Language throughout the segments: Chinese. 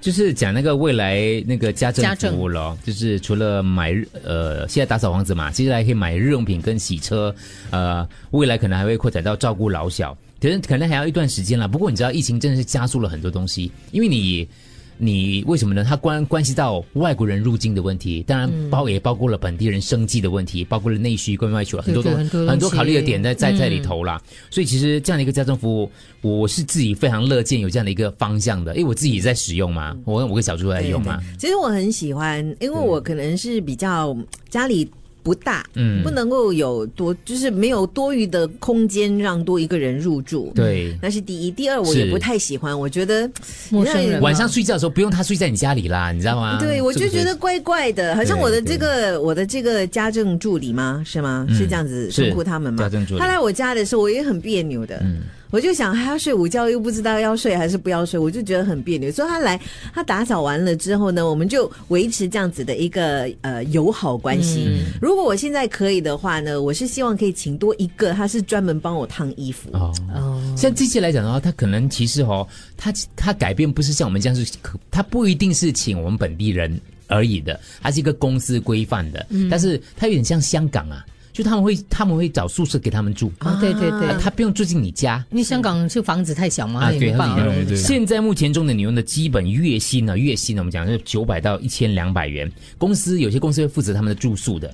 就是讲那个未来那个家政家政服务咯，就是除了买日呃，现在打扫房子嘛，其实还可以买日用品跟洗车，呃，未来可能还会扩展到照顾老小，可能可能还要一段时间啦。不过你知道，疫情真的是加速了很多东西，因为你。你为什么呢？它关关系到外国人入境的问题，当然嗯包也包括了本地人生计的问题，包括了内需跟外需很多对东对很多东西嗯很多考虑的点在在在里头啦。所以其实这样的一个家政服务，我是自己非常乐见有这样的一个方向的，因为我自己也在使用嘛，我我跟小猪在用嘛，其实我很喜欢，因为我可能是比较家里不大，嗯不能够有多，就是没有多余的空间让多一个人入住。，对。那是第一。第二，我是也不太喜欢，我觉得陌生人啊那嘛晚上睡觉的时候不用他睡在你家里啦，你知道吗？嗯对，我是就啊不是觉得怪怪的，好像对我的对这个我的这个家政助理吗？是吗？嗯是这样子是称呼他们吗？家政助理嗯他来我家的时候，我也很别扭的。我就想，他睡午觉又不知道要睡还是不要睡，我就觉得很别扭。所以他来，他打扫完了之后呢，我们就维持这样子的一个呃友好关系。嗯如果我现在可以的话呢，我是希望可以请多一个，他是专门帮我烫衣服。哦。像这些来讲的话，他可能其实哦，他他改变不是像我们这样是可，他不一定是请我们本地人而已的，它是一个公司规范的，但是它有点像香港啊，就他们会他们会找宿舍给他们住，啊，对对对呃，他不用住进你家，因为香港就房子太小嘛，啊，也对，没它办是法一样容的得下现在目前中的牛的基本月薪呢，月薪呢，我们讲是九百到一千两百元。公司有些公司会负责他们的住宿的，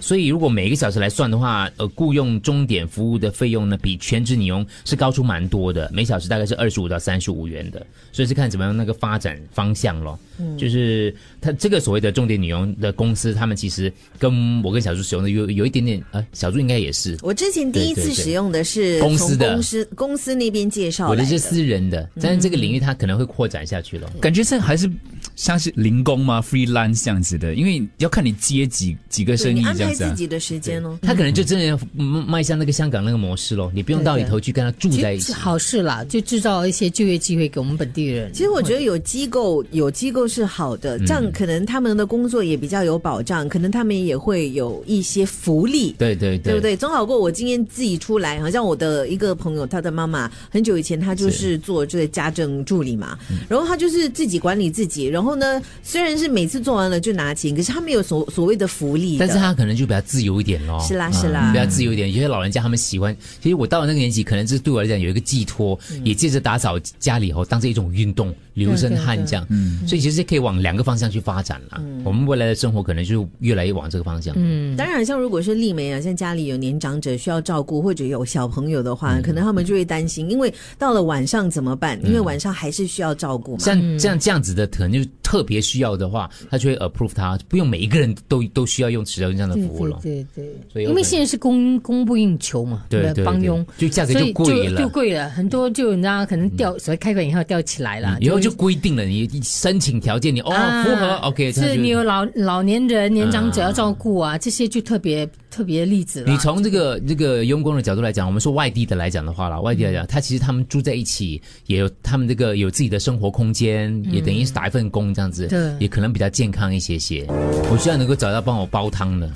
所以如果每一个小时来算的话，呃，雇佣钟点服务的费用呢，比全职女佣是高出蛮多的，每小时大概是二十五到三十五元的，所以是看怎么样那个发展方向咯。就是他这个所谓的重点女佣的公司，他们其实跟我跟小猪使用的有有一点点，呃，小猪应该也是。我之前第一对次对对使用的是公司从的公司公司那边介绍我来的的是私人的，但是这个领域它可能会扩展下去了。感觉现在还是像是零工嘛，freelance 这样子的，因为要看你接几几个对生意你安这样排子、自啊。己的时间哦。他可能就真的嗯迈向那个香港那个模式咯，你不用到里头去跟他住在一其起。实好事啦，就制造一些就业机会给我们本地人。其实我觉得有机构有机构是好的，嗯这样可能他们的工作也比较有保障，可能他们也会有一些福利。对对对对不对？总好过我今天自己出来。好像我的一个朋友，他的妈妈很久以前，她就是做这个家政助理嘛，嗯然后她就是自己管理自己。然后呢，虽然是每次做完了就拿钱，可是她没有所所谓的福利的。但是他可能就比较自由一点咯。嗯是啦是啦比较自由一点。有些老人家他们喜欢，其实我到了那个年纪，可能这对我来讲有一个寄托，也借着打扫家里后当做一种运动，流一身汗这样。所以其实可以往两个方向去发展啦。我们未来的生活可能就越来越往这个方向。嗯，当然，像如果是丽梅啊，像家里有年长者需要照顾或者有小朋友的嗯话，可能他们就会担心，因为到了晚上怎么办？因为晚上还是需要照顾嘛。像像这样子的，可能就是特别需要的话，他就会 approve 他，不用每一个人都都需要用使用这样的对服务咯。对对所对，以有可因为能现在是供供不应求嘛，对对对帮佣，就价格所就以贵了嗯就贵了，很多就你知道，可能掉，所以开馆以后掉起来了，以后就规定了，你申请条件你哦啊符合 OK，他就是啊你有老老年人、年长者要照顾啊，这些就特别特别例子了。你从这个这个用工的角度来讲，我们说外地的来讲的话啦，外地来讲，他其实他们住在一起，也有他们这个有自己的生活空间，也等于是打一份工这样子，对也可能比较健康一些些。我希望能够找到帮我煲汤的，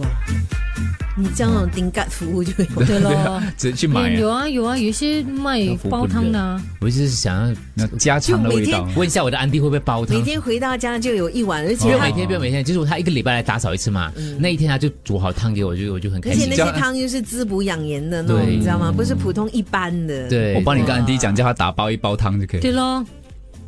哇，你这样顶盖服 务就有。对咯，直接去买、有啊，啊有啊，有些卖煲汤的啊，我就是想要那家常的味道。问一下我的安迪会不会煲汤每。天回到家就有一碗，而不且要他每天，不要每天，就是他一个礼拜来打扫一次嘛。那一天他就煮好汤给我，就我就很而开且心那。这些样汤又是滋补养颜的那种，对你知道吗？不是普通一般的。，对，我帮你跟安迪讲，叫他打包一包汤就可以。对咯，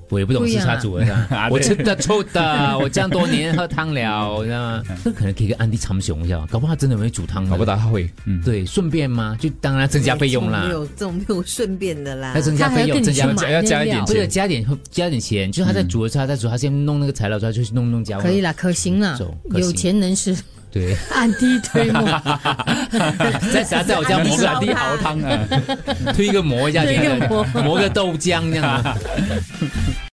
我也不懂不一吃样啥啊煮的，是吧啊对我吃的臭 的，我这样多年喝汤了，你知道吗？这可能可以跟安迪长雄一下，搞不好他真的会煮汤的，啊搞不到他会，嗯，对，顺便嘛，就当然增加费用啦没，有这种没有顺便的啦要。增加他费还要用，跟增你去加买费用要加那一点料不是加点加点钱，就是他在煮的时候，他在煮，他先弄那个材料的时候，他就去弄弄加。可以啦，可行啦走，可行有钱能使对，暗 地推磨，在啥在 我家磨个安迪熬汤啊。 推个磨一下，推个给他磨磨个豆浆这样啊。